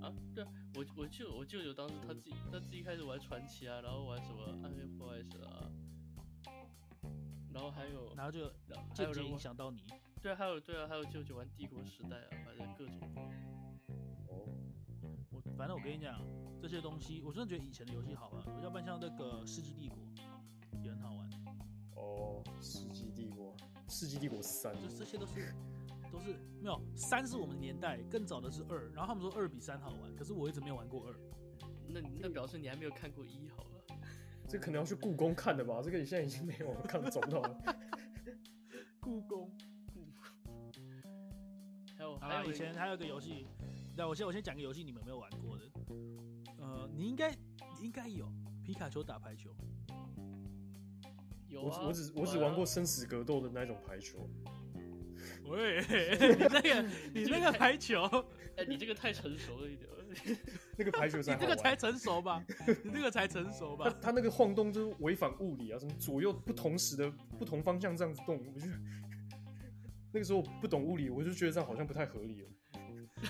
啊，对啊，我我舅我舅舅当时他自己他自己开始玩传奇啊，然后玩什么暗黑破坏神啊，然后还有然后就然后还间有接人影玩响到你。对啊，还有对啊，还有舅舅玩帝国时代啊，反正各种哦，我反正我跟你讲，这些东西我真的觉得以前的游戏好玩，要不然像那个《世纪帝国》也很好玩，哦，世纪帝国，世纪帝国三，就这些都是。都是没有三是我们年代更早的是二，然后他们说二比三好玩，可是我一直没有玩过二。那你那表示你还没有看过一好了。这可能要去故宫看的吧？这个你现在已经没有了，看找不到 了。故宫，还有好还啦，有以一前还有个游戏，那我先我先讲个游戏，你们有没有玩过的？呃，你应该你应该有皮卡丘打排球，有我只啊，我只我只啊玩过生死格斗的那种排球， 喂，你那个你这那个个太排球，哎，你这个太成熟了一点。 那个排球你才好这个才玩。成熟 吧？你这个才成熟它吧？它那个晃动就是违反物理啊，什么左右不同时的不同方向这样子动，我就那个时候我不懂物理，我就觉得这样好像不太合理哦了。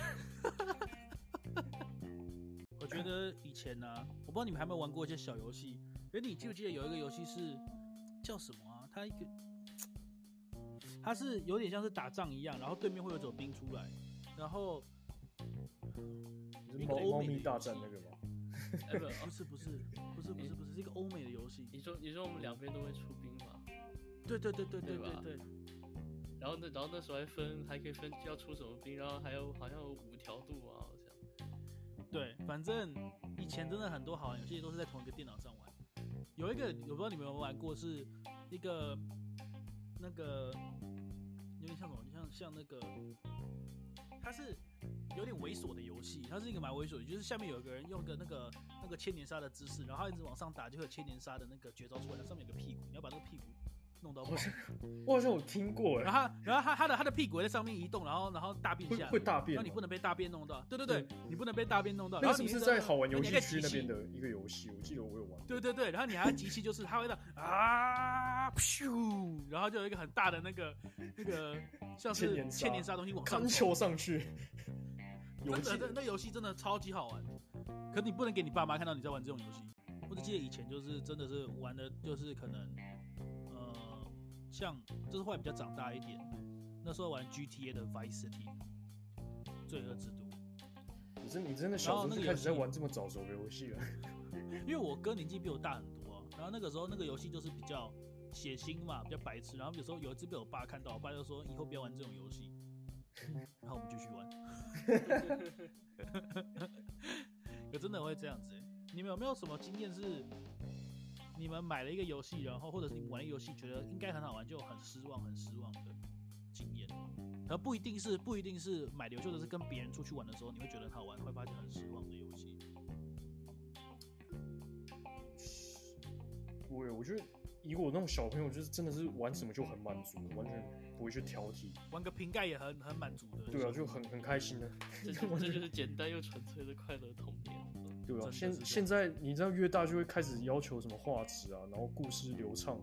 我觉得以前呢、我不知道你们还没有玩过一些小游戏，哎，你记不记得有一个游戏是叫什么啊？它一个，它是有点像是打仗一样，然后对面会有走兵出来，然后就是一个猫欧猫美的咪大游戏战那个吗？哎不，不是不是不是不是不是是一个欧美的游戏，你说你说我们两边都会出兵嘛？对对对对对对对吧对，然后那然后那时候还分还可以分要出什么兵，然后还有好像有五条渡啊，好像。对，反正以前真的很多好玩游戏都是在同一个电脑上玩，有一个我不知道你们有没有玩过，是一个那个有点像什么，像像那个，它是有点猥琐的游戏，它是一个蛮猥琐的，就是下面有一个人用个那个那个千年杀的姿势，然后他一直往上打，就会有千年杀的那个绝招出来，上面有个屁股，你要把那个屁股弄到爆，我好像有听过哎、然后他然后他他的他的屁股会在上面移动，然后然后大便会下来会大便然后吗你？不能被大便弄到，对对对，你不能被大便弄到。那然后个是你不是在在好玩游你还戏在集区那边气的一个游戏？我记得我有玩过。对对对，然后你还要集气，就是它会让啊咻，然后就有一个很大的那个那 个像千是年杀千年杀的东西往上看冲球 上去，游真戏的，那那游戏真的超级好玩。可你不能给你爸妈看到你在玩这种游戏。我只记得以前就是真的是玩的，就是可能呃，像就是后来比较长大一点，那时候玩 GTA 的 Vice City，罪恶之都。你真你真的小时然后候那就个开始在游戏玩这么早熟的游戏啊 了？因为我哥年纪比我大很多、然后那个时候那个游戏就是比较血腥嘛，比较白痴。然后有时候有一次被我爸看到，我爸就说以后不要玩这种游戏。然后我们继续玩， 可真的会这样子欸、你们有没有什么经验是你们买了一个游戏，然后或者是你们玩一个游戏觉得应该很好玩，就很失望、很失望的经验？而不一定是不一定是买的游戏，或者是跟别人出去玩的时候，你会觉得很好玩，会发现很失望的游戏。我我觉得以我那种小朋友，就是真的是玩什么就很满足，完全不会去挑剔。玩个瓶盖也很很满足的。对啊，就很很开心的。 这就这就是简单又纯粹的快乐童年。对真啊的，是这现样现在你知道越大就会开始要求什么画质啊，然后故事流畅，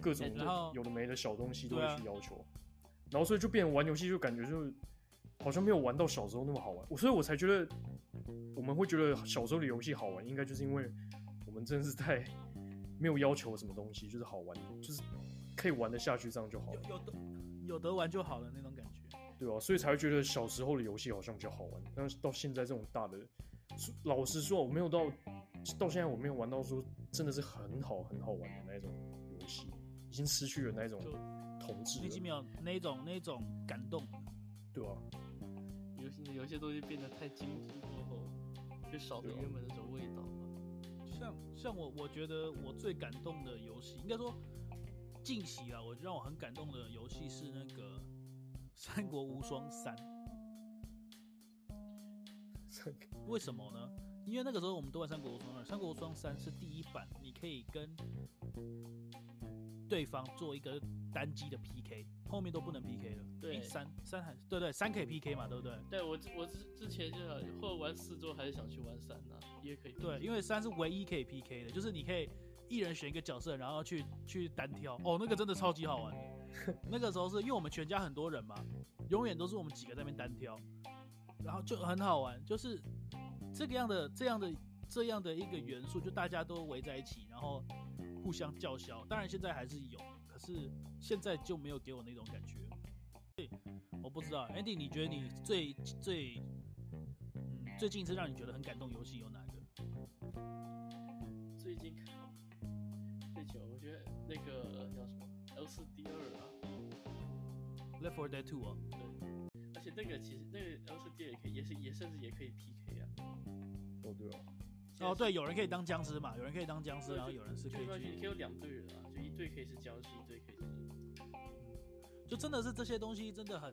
各种哎然后有的没的小东西都对啊会去要求，然后所以就变成玩游戏就感觉就好像没有玩到小时候那么好玩，我所以我才觉得我们会觉得小时候的游戏好玩，应该就是因为我们真的是太 没有要求什么东西，就是好玩，就是可以玩得下去这样就好了有，有得有得玩就好了那种感觉。对啊，所以才会觉得小时候的游戏好像比较好玩，但是到现在这种大的，老实说我没有到到现在我没有玩到说真的是很好很好玩的那一种游戏，已经失去了那一种就童稚你已经了，没有那一种那一种感动了，对啊，游戏有些东西变得太精致过后，就少了对啊原本那种味道了。像像我，我觉得我最感动的游戏，应该说近期啊，我让我很感动的游戏是那个《三国无双三》。三个为什么呢？因为那个时候我们都玩《三国无双二》，《三国无双三》是第一版，你可以跟对方做一个单机的 PK，后面都不能 PK 了。对诶三三还对对，三可以 PK 嘛，对不对？对我之我之之前就想，或者玩四周，还是想去玩三呢、也可以。对，因为三是唯一可以 PK 的，就是你可以一人选一个角色，然后去去单挑。哦，那个真的超级好玩的那个时候是因为我们全家很多人嘛，永远都是我们几个在那边单挑，然后就很好玩，就是这个样的这样的这样的一个元素，就大家都围在一起，然后互相叫嚣。当然现在还是有，可是现在就没有给我那种感觉。对，我不知道，Andy，你觉得你最最嗯最近一次让你觉得很感动游戏有哪个？最近看最近我觉得那个呃叫什么 L 四 D 二啊， Left 4 Dead 2哦，而且那个其实那个 L 四 D 也可以，也是也甚至也可以 PK 啊。哦对啊，哦对，有人可以当僵尸嘛，有人可以当僵尸，对然后有人是可就以没关系，你可以去，有两队人啊，就一队可以是僵尸，一队可以是就真的是这些东西真的很，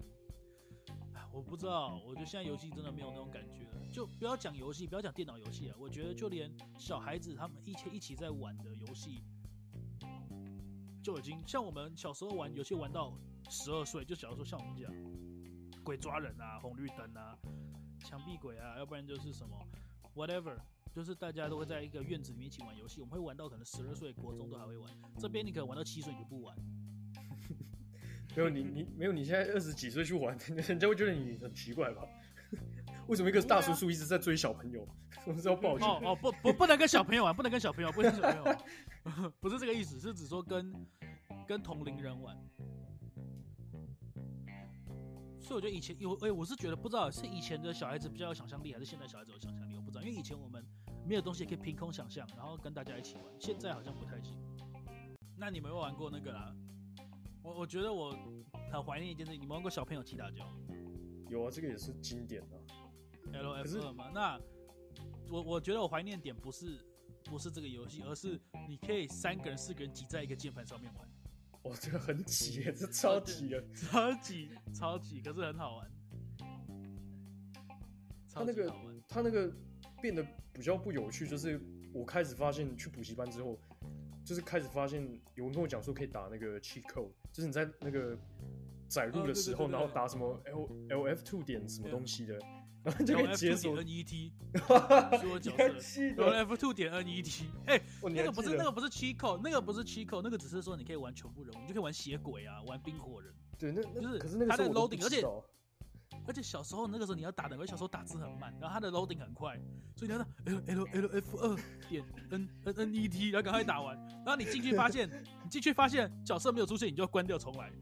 唉我不知道，我觉得现在游戏真的没有那种感觉了，就不要讲游戏，不要讲电脑游戏了，我觉得就连小孩子他们一起一起在玩的游戏，就已经像我们小时候玩游戏玩到十二岁，就小时候像我们讲鬼抓人啊、红绿灯啊、墙壁鬼啊，要不然就是什么 whatever，就是大家都会在一个院子里面一起玩游戏，我们会玩到可能十二岁、国中都还会玩。这边你可能玩到七岁你就不玩，没有你你没有你现在二十几岁去玩， 人家会觉得你很奇怪吧？ 为什么一个大叔叔一直在追小朋友？ 我知道不好啊哦笑，哦不不不能跟小朋友玩，啊不能跟小朋友，不能跟小朋友玩， 不是这个意思，是指说跟跟同龄人玩。所以我觉得以前有哎、我是觉得不知道是以前的小孩子比较有想象力，还是现在小孩子有想象力，我不知道，因为以前我们没有东西可以凭空想象，然后跟大家一起玩，现在好像不太行。那你们有没有玩过那个啦？我我觉得我很怀念一件事情，你们玩过小朋友踢打球？有啊，这个也是经典啊。 L 可 F 是二嘛。那我我觉得我怀念点不是不是这个游戏，而是你可以三个人、四个人挤在一个键盘上面玩， 哇，哦这个很挤耶，这超哦挤的。超级超级，可是很好玩，他超那级个好玩。他那个变得比较不有趣，就是我开始发现去补习班之后，就是开始发现有人跟我讲说可以打那个 cheat code，就是你在那个载入哦的对时对候，对对然后打什么 L L F two 点什么对东西的，然后就可以解锁。 N E T，所有你角色还记有得？ F two 点 N E T，哎，哦你那还个不记是那得个不是 Chico，那个不是 Chico，那个只是说你可以玩全部人物，你就可以玩血鬼啊，玩冰火人。对，那那就是可是那个它时的候我都不 loading，而且知道哦而且小时候那个时候你要打的，我小时候打字很慢，然后它的 loading 很快，所以你要到 L L L F 二点 N N N E T，然后赶快打完。然后你进去发现，你进去发现角色没有出现，你就要关掉重来。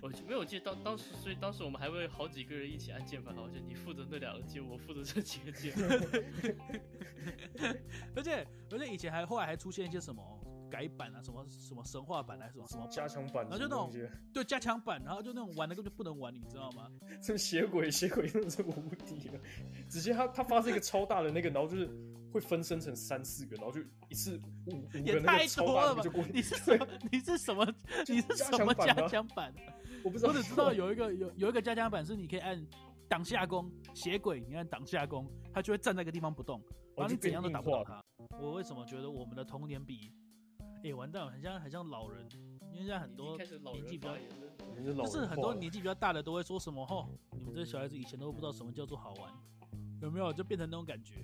我记没有我记得当当时，所以当时我们还会好几个人一起按键盘，好像你负责那两个键，我负责这几 个键。而且而且以前还后来还出现一些什么改版啊，什么什么神话版啊，什么什么版加强版然后什就么那种东西，对加强版，然后就那种玩的根本就不能玩，你知道吗？这血鬼血鬼真的是无敌了，直接他他发这个超大的那个，然后就是会分身成三四个，然后就一次五五也个那太个超多大了的吧就过！你去。是什对么？你是什么？就你是加什么强版加的啊强版？我不知道，我只知道有一个有有一个加强版是你可以按挡下攻，血鬼你按挡下攻，他就会站在一个地方不动，哦然后你就变怎样都打不硬化倒他。我为什么觉得我们的童年比，哎、完蛋了，很像很像老人，因为现在很已经多开始老年纪人比较 发。言了。 我们是老就人是很化多了年纪比较大的都会说什么吼，你们这些小孩子以前都不知道什么叫做好玩，有没有？就变成那种感觉。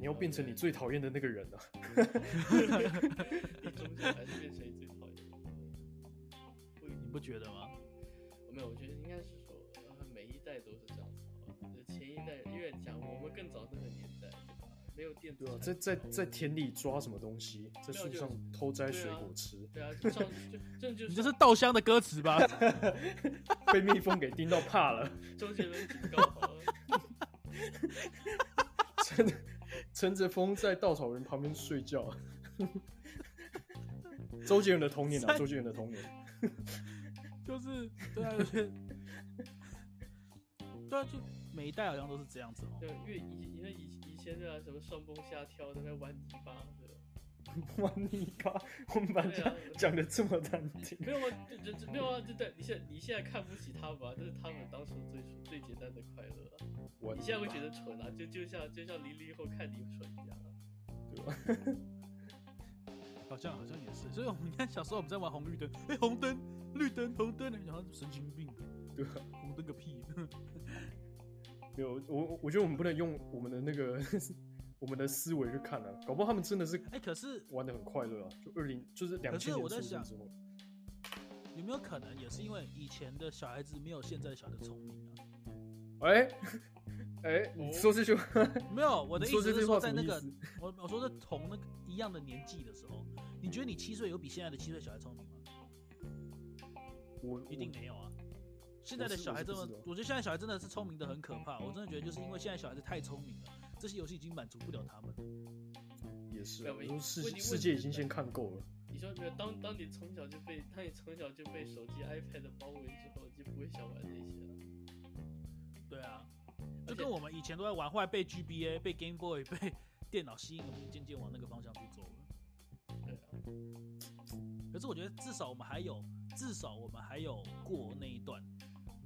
你要变成你最讨厌的那个人啊！你终究还是变成你最讨厌的人。不一定你不觉得吗？没有，我觉得应该是说，呃，每一代都是这样子吧。就前一代，因为讲我们更早那个年代，对吧？没有电子对啊，在产品在在田里抓什么东西，在树上偷摘水果吃，对啊，就上就这就你这是是稻香的歌词吧？被蜜蜂给叮到怕了，周杰伦警告呃好了，乘乘着风在稻草人旁边睡觉。 周杰伦的童年啊，三周杰伦的童年，就是对啊，就是 对啊，就每一代好像都是这样子哦。对，因为以因为以以前对啊，什么上蹦下跳，在那边玩泥巴，对吧？ 哇你爸，我们把人对家啊讲的这么难听， 没有啊，这这这没有啊，这对你现在你现在看不起他们啊，这是他们当时最初最简单的快乐啊。 我你现在会觉得蠢啊，就就像就像零零后看你蠢一样啊。对吧？好像好像也是，所以我们你看小时候我们在玩红绿灯，哎、红灯、绿灯、红灯，然后神经病，对啊，红灯个屁！ 没有，我我觉得我们不能用我们的那个 我们的思维去看啊，搞不好他们真的是哎、可是玩的很快乐啊，就二零就是两可是千年我在出生想之后，有没有可能也是因为以前的小孩子没有现在的小孩子聪明啊？哎、 哎、你说这句话，没有，我的你意说思这是句说话在什么那意个思我我说的同那个一样的年纪的时候，你觉得你七岁有比现在的七岁小孩聪明吗？我一定没有啊。现在我的是小我孩是这不么知道，我觉得现在小孩真的是聪明的很可怕。我真的觉得就是因为现在小孩子太聪明了，这些游戏已经满足不了他们。也是，啊没有我说世问题世界已经先看够了，你说没有？当当你从小就被当你从小就被手机、iPad 包围之后，你就不会想玩这些了。对啊，而就且跟我们以前都在玩，后来被 GBA、被 Game Boy、被 电脑吸引，我们就渐渐往那个方向去走了。对啊，可是我觉得至少我们还有，至少我们还有过那一段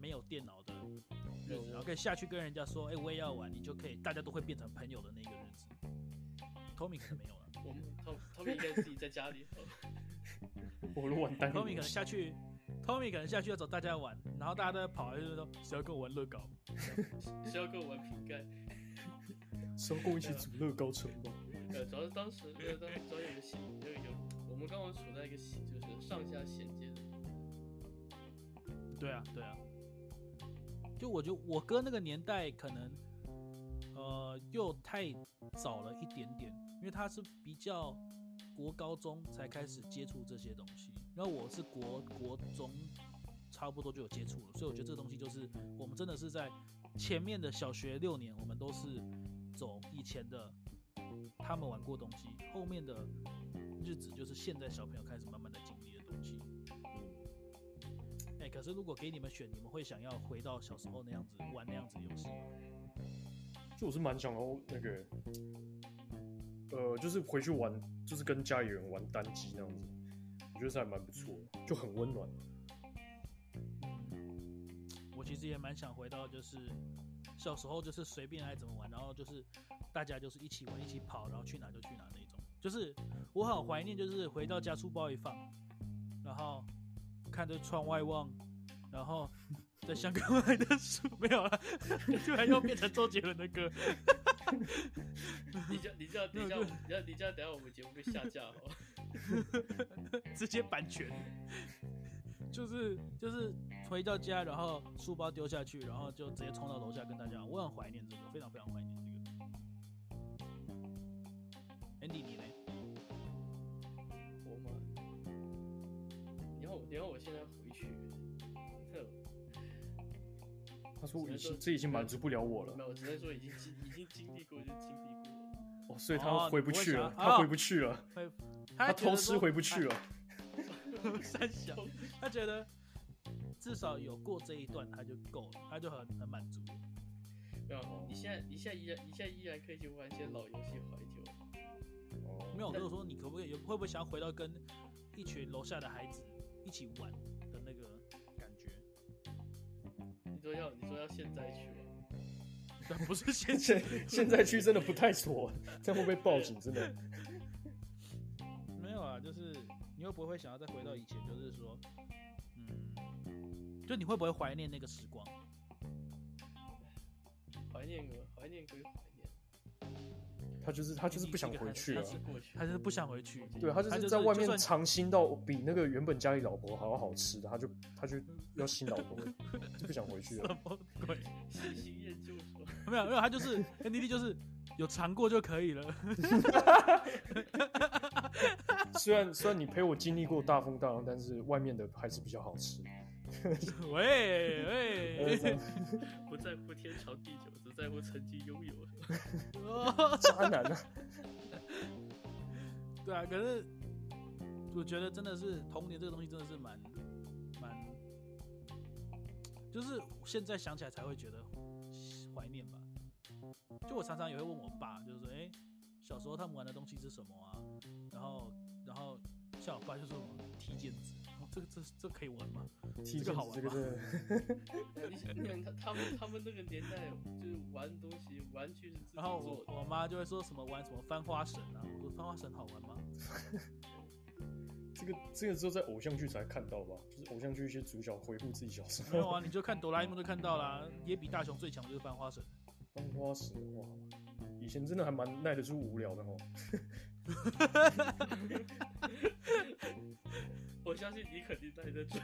没有电脑的日子，然后可以下去跟人家说，哎、我也要玩，你就可以，大家都会变成朋友的那个日子。Tommy 可能没有 了。我们他们他们应该自己在家里。我都完蛋了。 Tommy 可能下去，Tommy 可能下去要找大家玩，然后大家都在跑，就是说谁要跟我玩乐高？谁要跟我玩瓶盖？ 收工一起组乐高车吧。呃，主要是当时呃，当时主要有个戏，有有我们刚好处在一个戏，就是上下衔接的。对啊，对啊。就我觉得我哥那个年代可能，呃，又太早了一点点，因为他是比较国高中才开始接触这些东西，然后我是国国中差不多就有接触了，所以我觉得这个东西就是我们真的是在前面的小学六年，我们都是走以前的他们玩过的东西，后面的日子就是现在小朋友开始慢慢的经历的东西。哎、可是如果给你们选，你们会想要回到小时候那样子玩那样子的游戏吗？就我是蛮想要那个，呃，就是回去玩，就是跟家里人玩单机那样子，我觉得是还蛮不错的，就很温暖。啊我其实也蛮想回到就是小时候就是随便爱怎么玩，然后就是大家就是一起玩一起跑，然后去哪就去哪那种。就是我好怀念，就是回到家书包一放，然后看着窗外望，然后 在香港买的书没有了， 突然又变成周杰伦的歌。你这样你这样等一下，你这样你这样等一下我们节目被下架哦。 直接版权， 就是就是回到家，然后书包丢下去，然后就直接冲到楼下跟大家，我很怀念这个，非常非常怀念这个。Andy，你呢？我吗？你看我，你看我现在回去，哼他说我已只能经说这已经满足不了我没嗯了，有，只能说已经经已经经历过就经历过了。哦，所以哦他回不你不会去了，想他哦回不去了，会他偷吃回不去了。了。哎 三小，他觉得至少有过这一段他就够了，他就很很满足。没有，你现在你现在依然你现在依然可以去玩一些老游戏怀旧。哦没有，我就说你可不可以，有会不会想要回到跟一群楼下的孩子一起玩的那个感觉？ 你说要你说要现在去吗？但不是现在现。现在去真的不太妥，这样会不会报警？真的，没有啊，就是你会不会想要再回到以前？就是说，嗯，就你会不会怀念那个时光？怀念过，怀念归怀念，他就是他就是不想回去了他。是过去他就是不想回去。对他就他就是是在外就面算尝新到比那个原本家里老婆还要好吃的，他就他就要新老婆，就不想回去什了。么鬼？喜新厌旧说，没有没有，他就是 N D D 就是有尝过就可以了。 虽然虽然你陪我经历过大风大浪，但是外面的还是比较好 吃。呃喂喂， 不在乎天长地久，只在乎曾经拥有。哦渣男啊！对啊，可是我觉得真的是童年这个东西真的是蛮蛮，就是现在想起来才会觉得怀念吧。就我常常也会问我爸，就是说，哎、小时候他们玩的东西是什么啊？然后，然后像我爸就说什么踢毽子，哦这个这这可以玩吗？踢 这个毽好子玩这个吧真 的，你想你想他他们他们那个年代就是玩东西，玩具是自己然后做我的。我妈就会说什么玩什么翻花绳啊，我说翻花绳好玩吗？ 这个这个只有在偶像剧才看到吧？就是偶像剧一些主角回顾自己小时没有候，啊，你就看哆啦 A 梦就看到啦，野比大雄最强就是翻花绳。当花石哇，以前真的还蛮耐得住无聊的 哦。我相信你肯定在得住。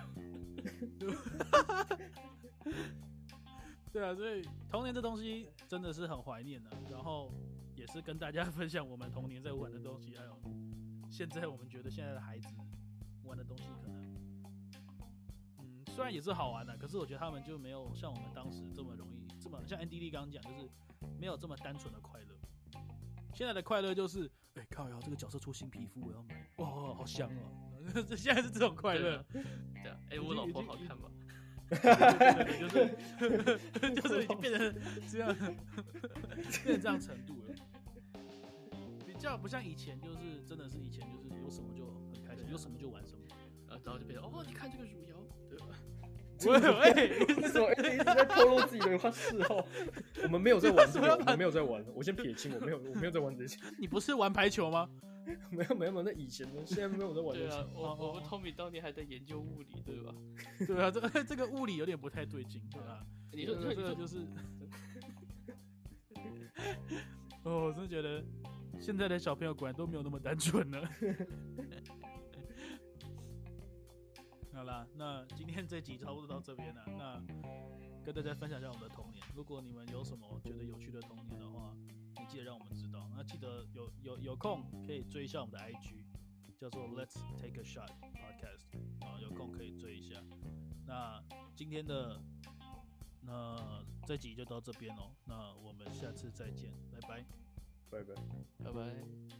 对啊，所以童年这东西真的是很怀念的、啊然后也是跟大家 分享我们童年在玩的东西，还有现在我们觉得现在的孩子玩的东西可能，嗯，虽然也是好玩的、可是我觉得他们就没有像我们当时这么容易，这么像 NDD 刚刚讲，就是没有这么单纯的快乐。现在的快乐就是，哎、靠呀，这个角色出新皮肤，我要买，哇，好香哦！ 这现在是这种快乐，对啊，哎，已我经老已婆经好已看吗？对就是就是已经变成这样，变成这样程度了。比较不像以前，就是真的是以前就是有什么就很开心，有什么就玩什么。啊，然后就变成哦，你看这个汝窑，对吧？喂喂，为什么哎一直在透露自己的嗜好？ 我们没有在玩这你为什么要个，我把们没有在玩。我先撇清，我没有，我没有在玩这些。 你不是玩排球吗？没有没有没有，那以前呢？现在没有在玩这对些啊。，我我哦们 Tommy 当年还在研究物理，对吧？对啊，这 这个物理有点不太对劲，对啊。哎你说嗯这你个这说个你就说，是， 哦，我真的觉得现在的小朋友果然都没有那么单纯呢。 好啦，那今天这集差不多到这边了。那跟大家分享一下我们的童年。如果你们有什么觉得有趣的童年的话，你记得让我们知道。那记得有有有空可以追一下我们的 IG，叫做 Let's Take a Shot Podcast 啊，有空可以追一下。那今天的那这集就到这边哦，那我们下次再见，拜拜。拜拜。拜拜。